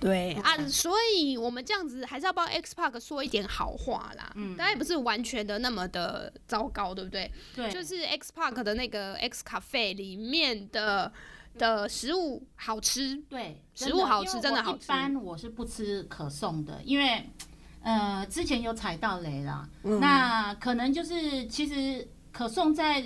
对啊，所以我们这样子还是要帮 X Park 说一点好话啦。嗯，当然不是完全的那么的糟糕，对不对？对，就是 X Park 的那个 X Cafe 里面的的食物好吃，对，食真物的好因吃为真的我好一吃般我是不吃可颂的，因为呃之前有踩到雷啦。那可能就是其实可颂在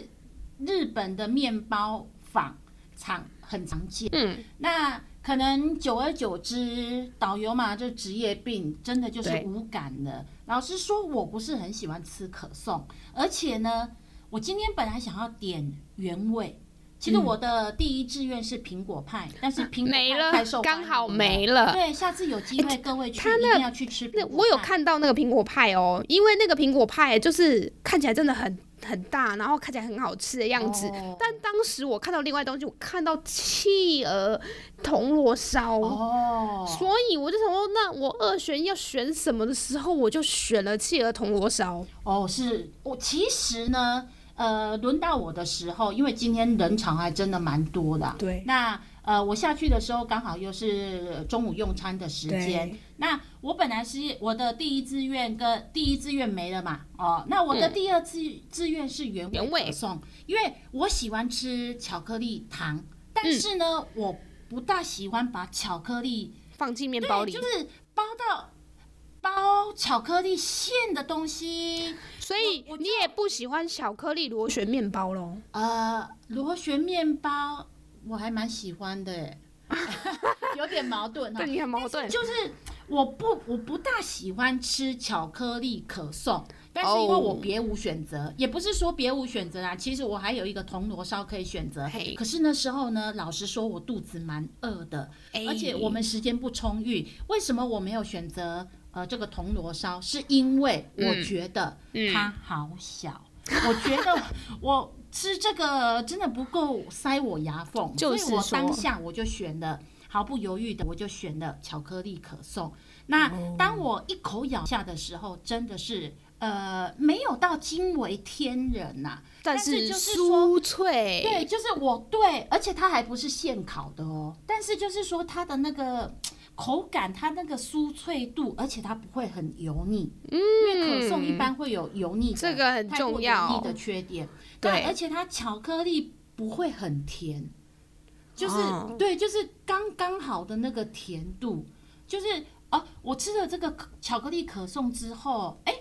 日本的面包坊常很常见。嗯，那可能久而久之，导游嘛，这职业病真的就是对无感了。老实说，我不是很喜欢吃可颂，而且呢，我今天本来想要点原味。其实我的第一志愿是苹果派，但是苹果嗯 没派太受了，欢刚迎好没了。对，下次有机会各位去他一那定要去吃苹那果派。我有看到那个苹果派哦，因为那个苹果派就是看起来真的很很大，然后看起来很好吃的样子。哦但当时我看到另外东西，我看到企鹅铜锣烧。哦，所以我就想说，那我二选一要选什么的时候，我就选了企鹅铜锣烧。哦，是我其实呢，呃，轮到我的时候，因为今天人潮还真的蛮多的啊、对那呃，我下去的时候刚好又是中午用餐的时间对。那我本来是我的第一志愿跟第一志愿没了嘛，哦，那我的第二志、志愿是原嗯原味味可颂，因为我喜欢吃巧克力糖，但嗯是呢，我不大喜欢把巧克力放进面对包里，就是包到包巧克力馅的东西。所以我我你也不喜欢巧克力螺旋面包喽？呃，螺旋面包我还蛮喜欢的耶， 有点矛盾哈对，。你很矛盾。就是我不我不大喜欢吃巧克力可颂，但是因为我别无选择也不是说别无选择啦，其实我还有一个铜锣烧可以选择嘿。可是那时候呢，老实说，我肚子蛮饿的，哎而且我们时间不充裕。为什么我没有选择呃这个铜锣烧？是因为嗯我觉得它好小，我觉 得我吃这个真的不够塞我牙缝，就是所以我说当下我就选了。毫不犹豫的，我就选了巧克力可颂。那哦当我一口咬下的时候，真的是呃，没有到惊为天人呐、啊但是是就是酥脆，对，就是我对，而且它还不是现烤的哦。但是就是说它的那个口感，它那个酥脆度，而且它不会很油腻。嗯，因为可颂一般会有油腻的，这个很太过重油要腻的缺点。对那而且它巧克力不会很甜，就是、哦对，就是刚刚好的那个甜度，就是哦、我吃了这个可巧克力可颂之后，哎、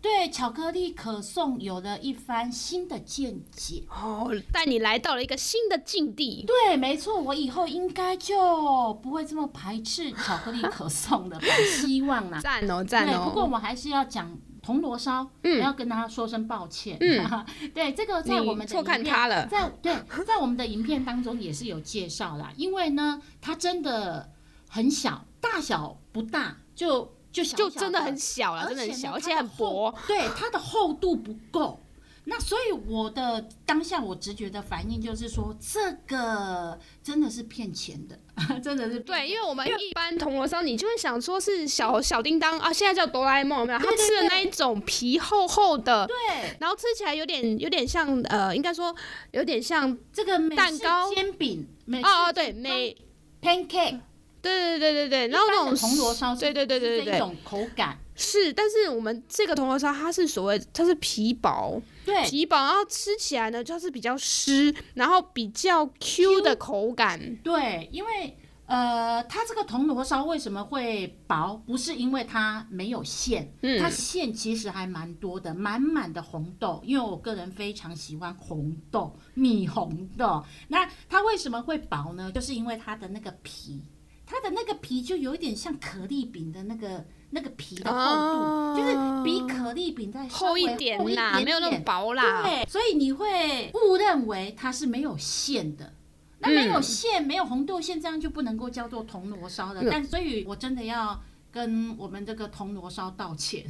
对巧克力可颂有了一番新的见解。哦，带你来到了一个新的境地。对，没错，我以后应该就不会这么排斥巧克力可颂 了吧？希望啦。赞哦，赞啊对，哦！不过我还是要讲铜锣烧，嗯要跟他说声抱歉。嗯 对，这个在你我们的错影看片他了在对，在我们的影片当中也是有介绍啦，因为呢，它真的很小，大小不大，就就小就小真的很小了，而真的很且呢小，它而且的很厚薄。。对，它的厚度不够。那所以我的当下我直觉的反应就是说，这个真的是骗钱的， 真的是骗对，钱因为我们一般铜锣烧，你就会想说是小小叮当啊，现在叫哆啦 A 梦，有没有？他对对吃的对那一种皮厚厚的，对然后吃起来有点有点像呃，应该说有点像这个美式蛋糕煎饼，美式哦哦，对，美， pancake，对对对对对，然后那它种的铜锣烧是对对对对对是这一对，种口感，是，但是我们这个铜锣烧它是所谓它是皮薄对皮薄，然后吃起来呢就是比较湿，然后比较 Q 的口感，对，因为呃，它这个铜锣烧为什么会薄？不是因为它没有馅，嗯它馅其实还蛮多的，满满的红豆。因为我个人非常喜欢红豆，米红豆。那它为什么会薄呢？就是因为它的那个皮，它的那个皮就有一点像可丽饼的那个那个皮的厚度，就是比可丽饼再稍哦厚微一点厚一啦，点没有那么点薄啦。对，所以你会误认为它是没有馅的。那没嗯有馅、没有红豆馅，这样就不能够叫做铜锣烧了。嗯但所以，我真的要跟我们这个铜锣烧道歉。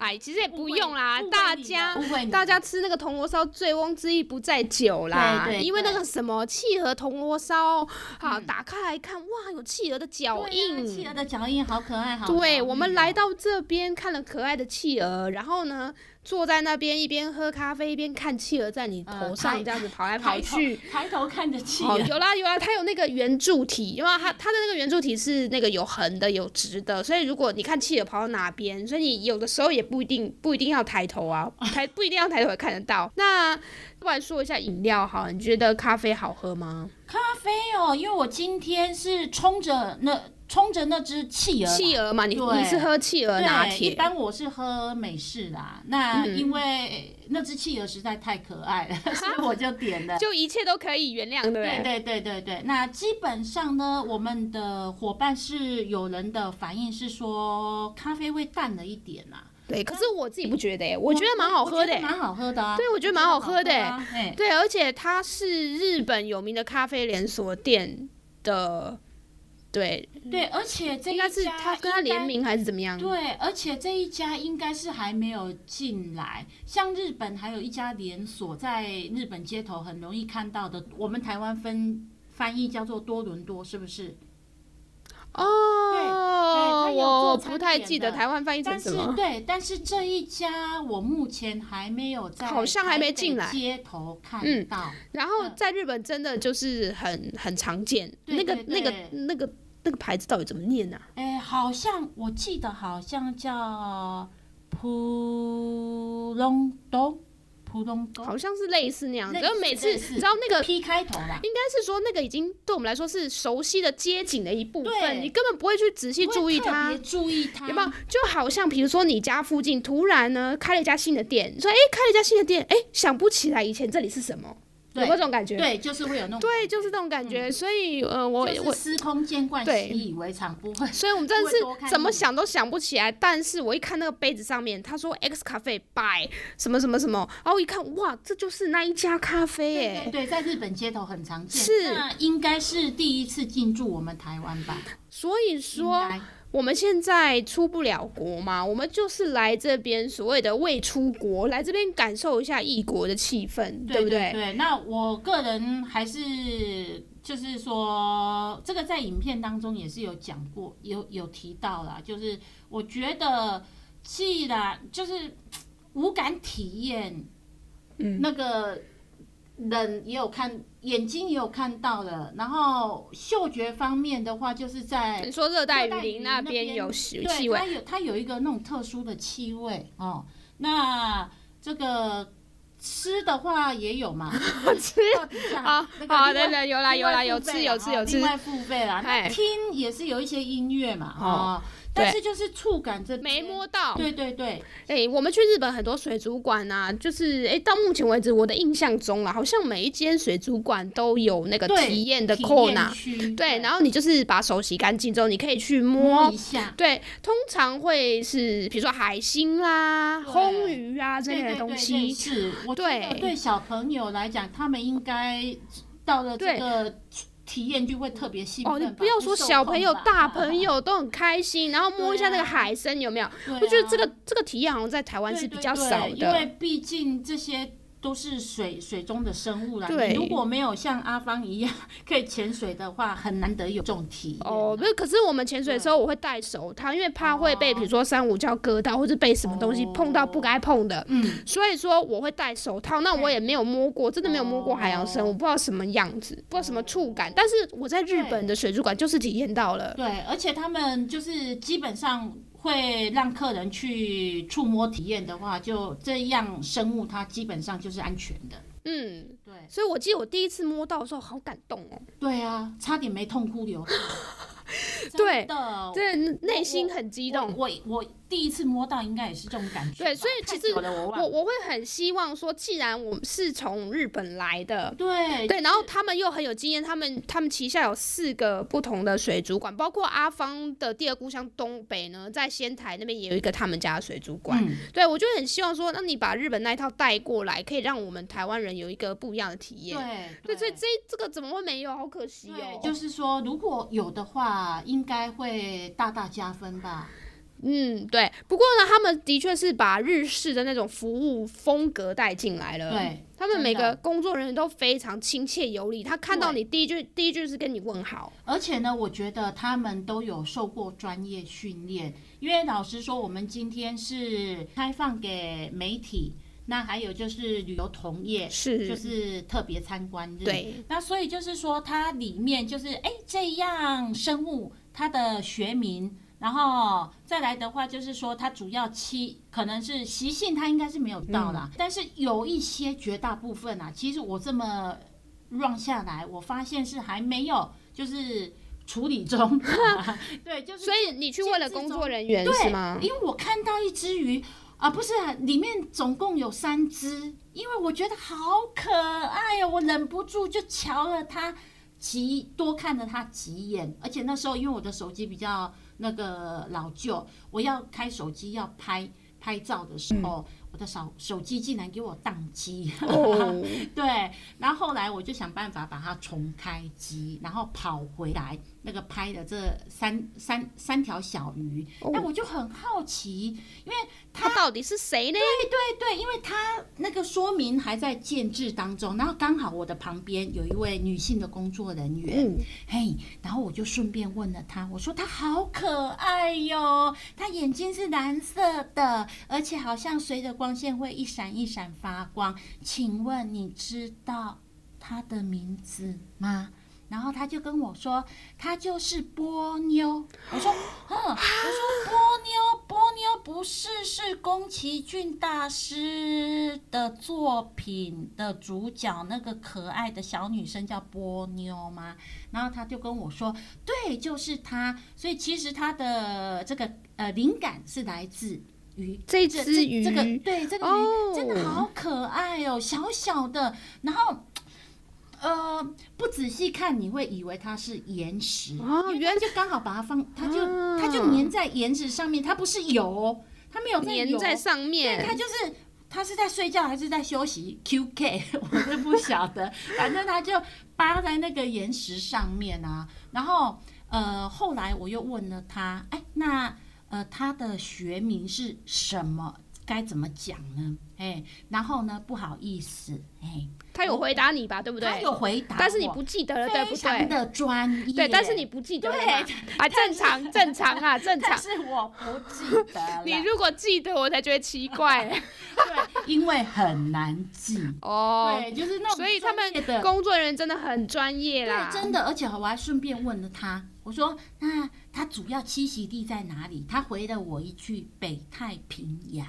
哎，其实也不误会用啦，误会大你了家误会你大家吃那个铜锣烧，醉翁之意不在酒啦。对对因为那对嗯个什么企鹅铜锣烧，好、打开来看，哇，有企鹅的脚对啊印。企鹅的脚印好可爱，好疗愈哦。对我们来到这边看了可爱的企鹅，然后呢，坐在那边一边喝咖啡一边看企鹅在你头上嗯这样子跑来跑抬头去。抬头 看着企哦，鹅，有啦有啦，它有那个圆柱体，因为它它的那个圆柱体是那个有横的有直的，所以如果你看企鹅跑到哪边，所以你有的时候也不一定不一定要抬头 啊，抬不一定要抬头也看得到。那不然说一下饮料好了，你觉得咖啡好喝吗？咖啡哦，因为我今天是冲着那冲着那只企鹅来企鹅嘛，你对你是喝企鹅对，拿一铁，嗯般我是喝美式啦，那因为那只企鹅实在太可爱了， 所以我就点了。就一切都可以原谅，对不对对？对对对对，那基本上呢，我们的伙伴是有人的反应是说咖啡味淡了一点啦、对，可是我自己不觉得耶，我觉得蛮好喝的我觉耶。得蛮好喝的啊，对我觉得蛮好喝的欸耶啊哎，对，而且它是日本有名的咖啡连锁店的，对，对，而且这嗯应一该是家它跟它应该联名还是怎么样？对，而且这一家应该是还没有进来，像日本还有一家连锁，在日本街头很容易看到的，我们台湾分翻译叫做多伦多，是不是？哦，对对它有做我餐不太点记得的台湾翻译成但什是么。对，但是这一家我目前还没有在，好像还没进来街头看嗯到。然后嗯在日本真的就是很很常见，对那个对那个对那个那个牌子到底怎么念啊？哎，好像我记得好像叫普隆东，普隆东好像是类似那样子，类然后似每类次你似知道那个，P 开头啦。应该是说那个已经对我们来说是熟悉的街景的一部分，对你根本不会去仔细不会注意特它别。注意它，有没有？就好像比如说你家附近突然呢开了一家新的店，你说哎、开了一家新的店，哎、想不起来以前这里是什么，有对没有这种感觉？对，就是会有那种对，就是这种感觉。所以呃，我嗯就我是司空见惯，对习以为常，不会。所以我们真的不会多是看怎么一眼想都想不起来。但是我一看那个杯子上面，他说 X 咖啡 by 什么什么什么，然后一看哇，这就是那一家咖啡对哎、对对，在日本街头很常见，是那应该是第一次进驻我们台湾吧？所以说。应该我们现在出不了国嘛，我们就是来这边所谓的未出国，来这边感受一下异国的气氛，对不对？那我个人还是就是说，这个在影片当中也是有讲过，有有提到啦，就是我觉得既然就是无感体验，嗯，那个人也有看，眼睛也有看到了，然后嗅觉方面的话，就是在你说热带雨林那边边有气对气味它，有它有一个那种特殊的气味哦。那这个吃的话也 有嘛？吃啊啊好的的有啦有啦有吃有吃有吃哦另外付费啦。哎那听也是有一些音乐嘛，哦哦，但是就是触感这边没。摸到。对对对，哎、我们去日本很多水族馆啊，就是哎、到目前为止我的印象中啦，好像每一间水族馆都有那个对体验的体 corner，区，对，然后你就是把手洗干净之后，你可以去摸摸一下，对，通常会是比如说海星啦、对红鱼啊这类对的东西。对对是，我觉得对对小朋友来讲，他们应该到了对这个体验就会特别兴奋哦，吧。你不要说受小控朋友、吧大朋，友都很开心，然后摸一下那个对啊海参有没有？ 对啊我觉得这个这个体验好像在台湾对是对比较对少因的。为毕竟这些都是水水中的生物啦。对你如果没有像阿芳一样可以潜水的话，很难得有这种体验。哦，不是，可是我们潜水的时候我会戴手套，因为怕会被比如说珊瑚礁割到，或是被什么东西碰到不该碰的，嗯，所以说我会戴手套。那我也没有摸过，真的没有摸过海洋生物，不知道什么样子，不知道什么触感。但是我在日本的水族馆就是体验到了。啊对，而且他们就是基本上。会让客人去触摸体验的话，就这样生物它基本上就是安全的。嗯，对，所以我记得我第一次摸到的时候好感动哦，对啊，差点没痛哭流 涕。对真的，真的内心很激动。我我我第一次摸到应该也是这种感觉吧。对所以其实太久了我忘我了。我会很希望说，既然我们是从日本来的，对对，然后他们又很有经验，他们他们旗下有四个不同的水族馆，包括阿芳的第二故乡东北呢，在仙台那边也有一个他们家的水族馆。嗯对我就很希望说，那你把日本那一套带过来，可以让我们台湾人有一个不一样的体验。对，对所以这这个怎么会没有？好可惜对哦。就是说，如果有的话，应该会大大加分吧。嗯，对。不过呢，他们的确是把日式的那种服务风格带进来了。对，他们真每的个工作人员都非常亲切有礼，他看到你第一句第一句是跟你问好。而且呢，我觉得他们都有受过专业训练，因为老实说，我们今天是开放给媒体，那还有就是旅游同业，是就是特别参观日。对，那所以就是说，它里面就是哎，这样生物它的学名，然后再来的话就是说，它主要七可能是习性，它应该是没有到啦，但是有一些绝大部分啊，其实我这么 run 下来，我发现是还没有就是处理中，对，就是所以你去建问了制工中作人员对是 吗？因为我看到一只鱼啊，不是啊、里面总共有三只，因为我觉得好可爱哦，我忍不住就瞧了它几多看了它几眼，而且那时候因为我的手机比较那个老旧，我要开手机要拍拍照的时候，嗯我的手手机竟然给我宕机。哦， 对，然后后来我就想办法把它重开机，然后跑回来那个拍的这三三三条小鱼，那、我就很好奇，他到底是谁呢？对对对，因为它那个说明还在建制当中，然后刚好我的旁边有一位女性的工作人员，嗯，嘿，然后我就顺便问了他，我说他好可爱哟，他眼睛是蓝色的，而且好像随着光线会一闪一闪发光。请问你知道他的名字吗？然后他就跟我说，他就是波妞。我说，嗯，我说波妞，波妞不是是宫崎骏大师的作品的主角，那个可爱的小女生叫波妞吗？然后他就跟我说，对，就是他。所以其实他的这个呃灵感是来自于这这只这这个鱼对这个鱼、哦真的好可爱哦，小小的，然后。呃，不仔细看你会以为它是岩石，哦因为它就刚好把它放，它就、啊它就粘在岩石上面，它不是油哦，它没有在粘油在上对，面他。就是他是在睡觉还是在休息？QK，我 是不晓得。反正他就扒在那个岩石上面啊。然后呃，后来我又问了他，哎，那呃他的学名是什么？该怎么讲呢？哎，然后呢，不好意思，哎，他有回答你吧？对不他对？有回答我，但是你不记得了，对不非常对？的专业，对，但是你不记得了嘛对 啊，正常正常啊，正但常。是我不记得 了，你如果记得，我才觉得奇怪 对，因为很难记。哦。对，就是那种所以他专业的们工作人员真的很专业啦对，。真的，而且我还顺便问了他，我说那他主要栖息地在哪里？他回了我一句北太平洋。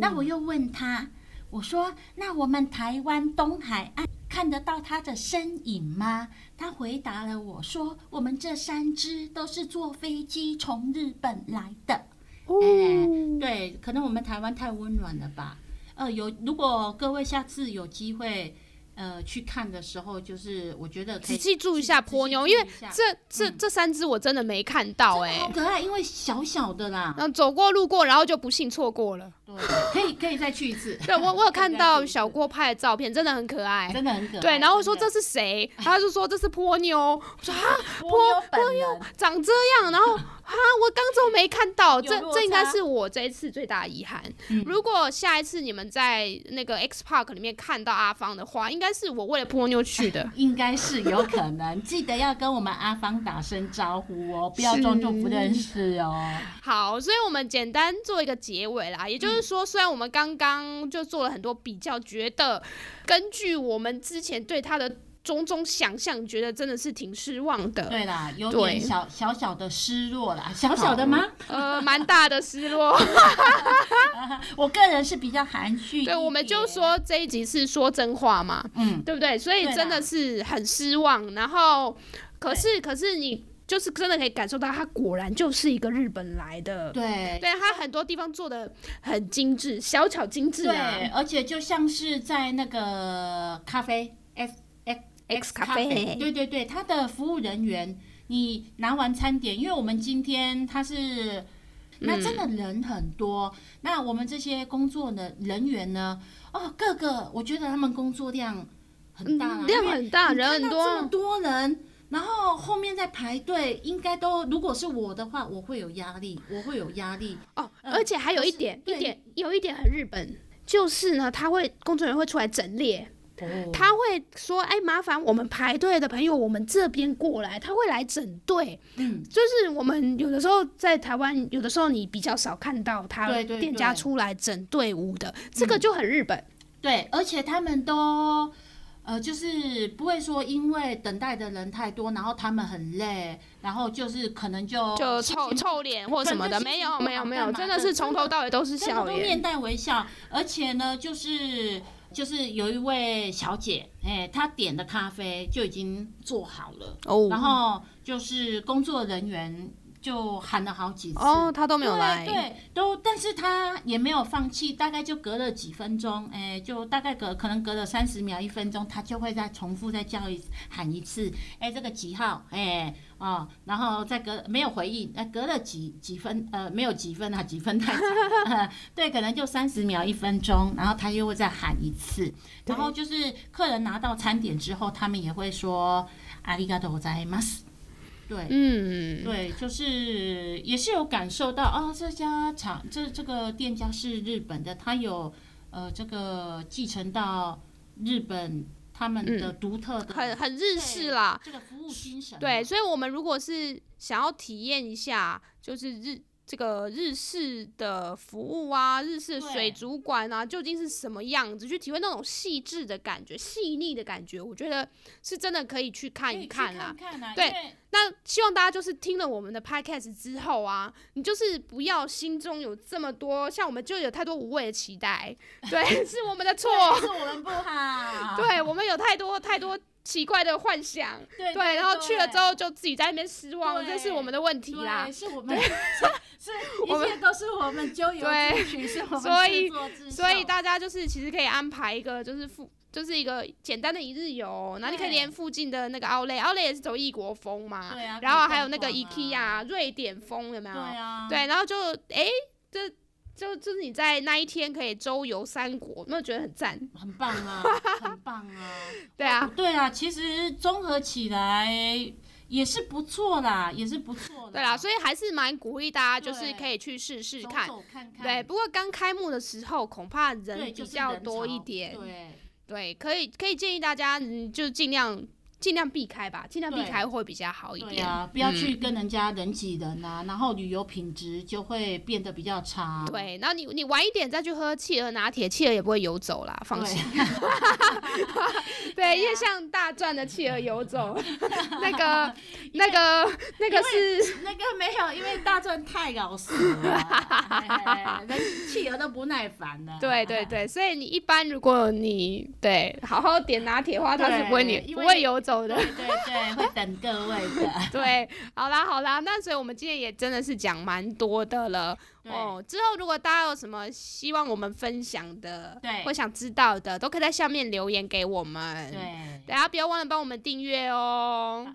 那我又问他，我说那我们台湾东海岸看得到他的身影吗？他回答了我说，我们这三只都是坐飞机从日本来的。哦哎对，可能我们台湾太温暖了吧？呃，有，如果各位下次有机会，呃，去看的时候，就是我觉得可仔以细注意一下仔细波妞，注意因为一下嗯这这这三只我真的没看到哎、好可爱，因为小小的 啦，然后走过路过，然后就不幸错过了。对，可以可以再去一次， 对我我有看到小郭，郭拍的照片，真的很可爱。真的很可爱。哎对，然后说真这的是谁？他就说这是波妞。我说啊，波妞本人，长这样，然后啊，我刚怎么没看到？这有落这应该差是我这一次最大的遗憾。嗯。如果下一次你们在那个 X Park 里面看到阿芳的话，应该是我为了波妞去的 应该是有可能，记得要跟我们阿芳打声招呼哦，不要装作不认识哦。好，所以我们简单做一个结尾啦。也嗯就是说，虽然我们刚刚就做了很多比较，觉得根据我们之前对他的种种想象，觉得真的是挺失望的，对啦，有对点小小小的失落啦，小小的吗？呃，蛮大的失 落。我个人是比较含蓄一点。对，我们就说这一集是说真话嘛。嗯，对不对？所以对啦真的是很失望。然后，可是可是你就是真的可以感受到，他果然就是一个日本来的，对。对他很多地方做的很精致，小巧精致对，啊。而且就像是在那个咖啡 X X X 咖啡对对对，他的服务人员，你拿完餐点，因为我们今天他是，嗯那真的人很多，那我们这些工作的人员呢，哦，各个我觉得他们工作量很大、啊嗯，量很大，你人看很到这么多，多人，然后后面在排队，应该都如果是我的话，我会有压力，我会有压力。哦，而且还有一点，可是一对点有一点很日本，就是呢，他会工作人员会出来整列，哦他会说，哎，麻烦我们排队的朋友，我们这边过来，他会来整队。嗯，就是我们有的时候在台湾，有的时候你比较少看到他对嗯对对店家出来整队伍的，这个就很日本。对，而且他们都呃，就是不会说因为等待的人太多，然后他们很累，然后就是可能就就心臭情臭脸或什么的，哦可能就没心情有不没有好没干有，嘛真的的是真从的头到尾都是真的笑都脸。面带微笑，而且呢，就是就是有一位小姐，哎、她点的咖啡就已经做好了，然哦后就是工作人员就喊了好几次。哦，他都没有对来。对，都，但是她也没有放弃，大概就隔了几分钟，哎、就大概隔可能隔了三十秒、一分钟，她就会再重复再叫一喊一次，哎、这个几号，哎、哦，然后再隔没有回应，那、隔了几几分，呃，没有几分啊，几分太长了、对，可能就三十秒、一分钟，然后她又会再喊一次，然后就是客人拿到餐点之后，他们也会说阿里嘎多在吗？对，嗯，对，就是也是有感受到啊、这家厂这这个店家是日本的，它有呃这个继承到日本他们的独特的、嗯很很日式啦。这个服务精神。对，，所以我们如果是想要体验一下，就是日这个日式的服务啊，日式的对水族馆啊，究竟是什么样子，去体会那种细致的感觉、细腻的感觉，我觉得是真的可以去看可以一去看看啦。看啊，对因为那希望大家就是听了我们的 podcast 之后啊，你就是不要心中有这么多，像我们就有太多无谓的期待， 对，是我们的错，对是我们不好。哦 对我们有太多太多奇怪的幻想，啊对对，然后去了之后。后就自己在那边失望，对这是我们的问题啦对，。是我们，是是我一切都是 我们咎由对自取，是我们所以自作自所以受大家就是其实可以安排一个就是附就是一个简单的一日游，然后你可以对连附近的那个 Outlet，Outlet 也是走异国风嘛，对啊，然后还有那个可以逛 IKEA 逛啊，啊瑞典风有没有？对啊，对，然后就诶，这就就是你在那一天可以周游三国，有没有觉得很赞？很棒啊， 很棒啊！对啊，对啊，其实综合起来也是不错啦，也是不错啦。对啊啦，所以还是蛮鼓励大家，就是对可以去试试走看。走看看，对，，不过刚开幕的时候恐怕人对，比就是较人多一潮点，对，对，可以可以建议大家，嗯，就尽量尽量避开吧，尽量避对开会比较好一对点。啊，不要去跟人家人挤人啊，然后旅游品质就会变得比较差。对，然后你你晚一点再去喝企鹅拿铁，企鹅也不会游走啦，放 心。啊对，因为像大钻的企鹅游 走，那个那个那个是 对，那个没有，因为大钻太老实了啊，嘿嘿嘿人企鹅都不耐烦了。啊对对对，所以你一般如果你对好好点拿铁的话，它是不会你对因不为会游走的 对。对对，会等各位的。 对，好啦好啦，那所以我们今天也真的是讲蛮多的了对哦。之后如果大家有什么希望我们分享的，对或想知道的，都可以在下面留言给我们。，对。大家不要忘了帮我们订阅哦。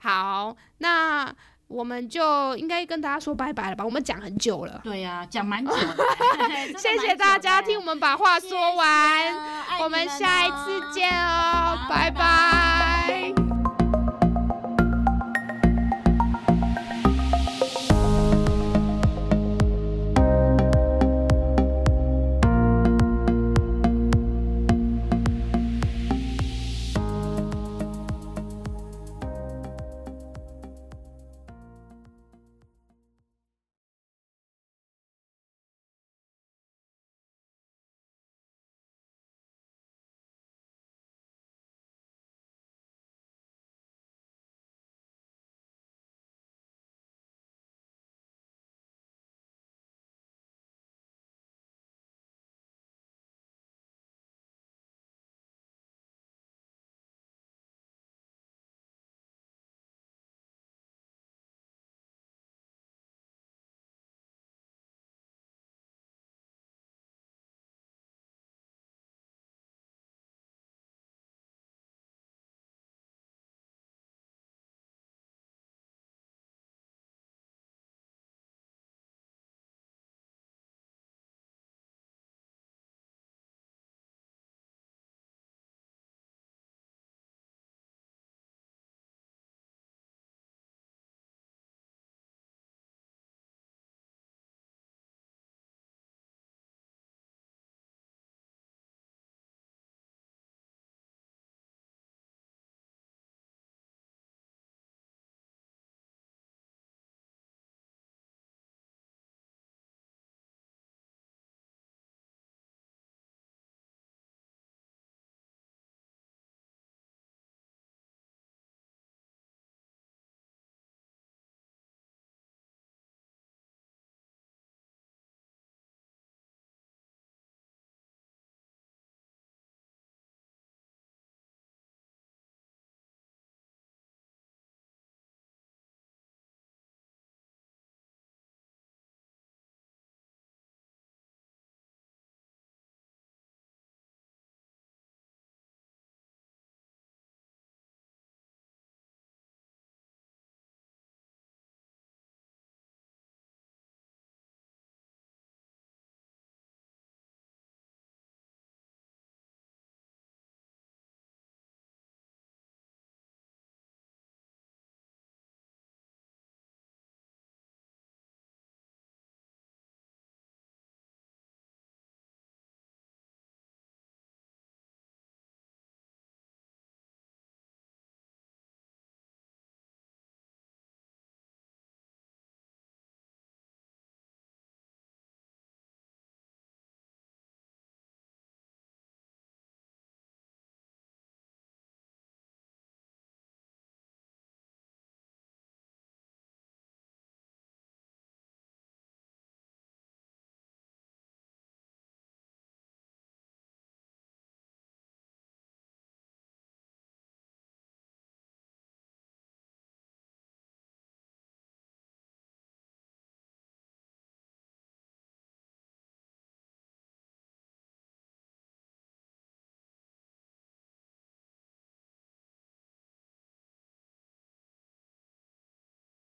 好，那我们就应该跟大家说拜拜了吧？我们讲很久了，对呀、讲蛮久的， 谢谢大家听我们们把呃哦哦话说完，我们下一次见哦，拜拜